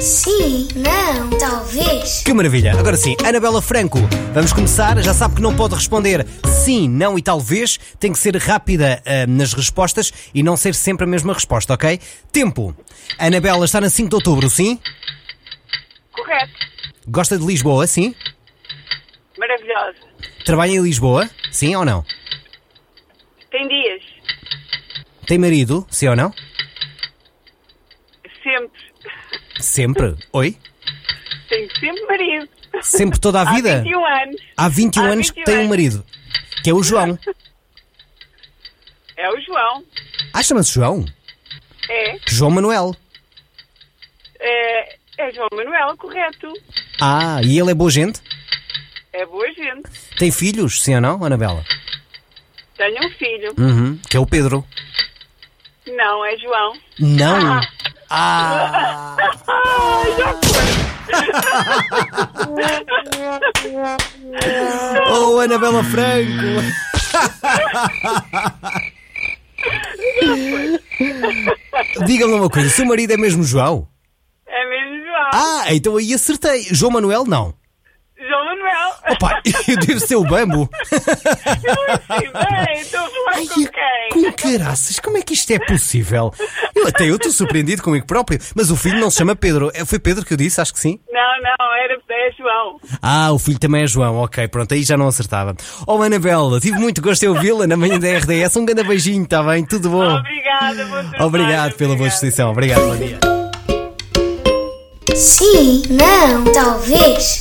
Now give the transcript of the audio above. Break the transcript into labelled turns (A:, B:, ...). A: Sim, não, talvez.
B: Que maravilha! Agora sim, Anabela Franco, vamos começar. Já sabe que não pode responder sim, não e talvez. Tem que ser rápida ah, nas respostas e não ser sempre a mesma resposta, ok? Tempo. Anabela está na 5 de outubro, sim?
C: Correto.
B: Gosta de Lisboa, sim?
C: Maravilhosa.
B: Trabalha em Lisboa, sim ou não?
C: Tem dias.
B: Tem marido, sim ou não?
C: Sempre.
B: Sempre. Oi?
C: Tenho sempre marido.
B: Sempre toda a vida?
C: Há 21 anos.
B: Há 21
C: Há
B: anos que
C: 21
B: tem um
C: anos.
B: marido, que é o João.
C: É o João.
B: Ah, chama-se João?
C: É.
B: João Manuel.
C: É, é João Manuel, correto.
B: Ah, e ele é boa gente?
C: É boa gente.
B: Tem filhos, sim ou não, Anabela?
C: Tenho um filho.
B: Uhum, que é o Pedro.
C: Não, é João.
B: Não.
C: Ah.
B: Ah,
C: Ah, já foi.
B: oh Anabela Franco. Diga-me uma coisa, o seu marido é mesmo João?
C: É mesmo João.
B: Ah, então aí acertei. João Manuel não.
C: João Manuel.
B: Opa, deve ser o Bambo.
C: Sim, bem, estou a falar
B: Ai,
C: com
B: com
C: quem?
B: caraças, como é que isto é possível? Eu até eu estou surpreendido comigo próprio, mas o filho não se chama Pedro. É, Foi Pedro que eu disse, acho que sim.
C: Não, não, era, é João.
B: Ah, o filho também é João, ok, pronto, aí já não acertava. Oh, Anabela, tive muito gosto de ouvi-la na manhã da RDS. Um grande beijinho, está bem? Tudo bom?
C: Obrigada, boa tarde.
B: Obrigado pela boa
C: obrigada.
B: exposição, obrigado, bom dia.
A: Sim, não, talvez.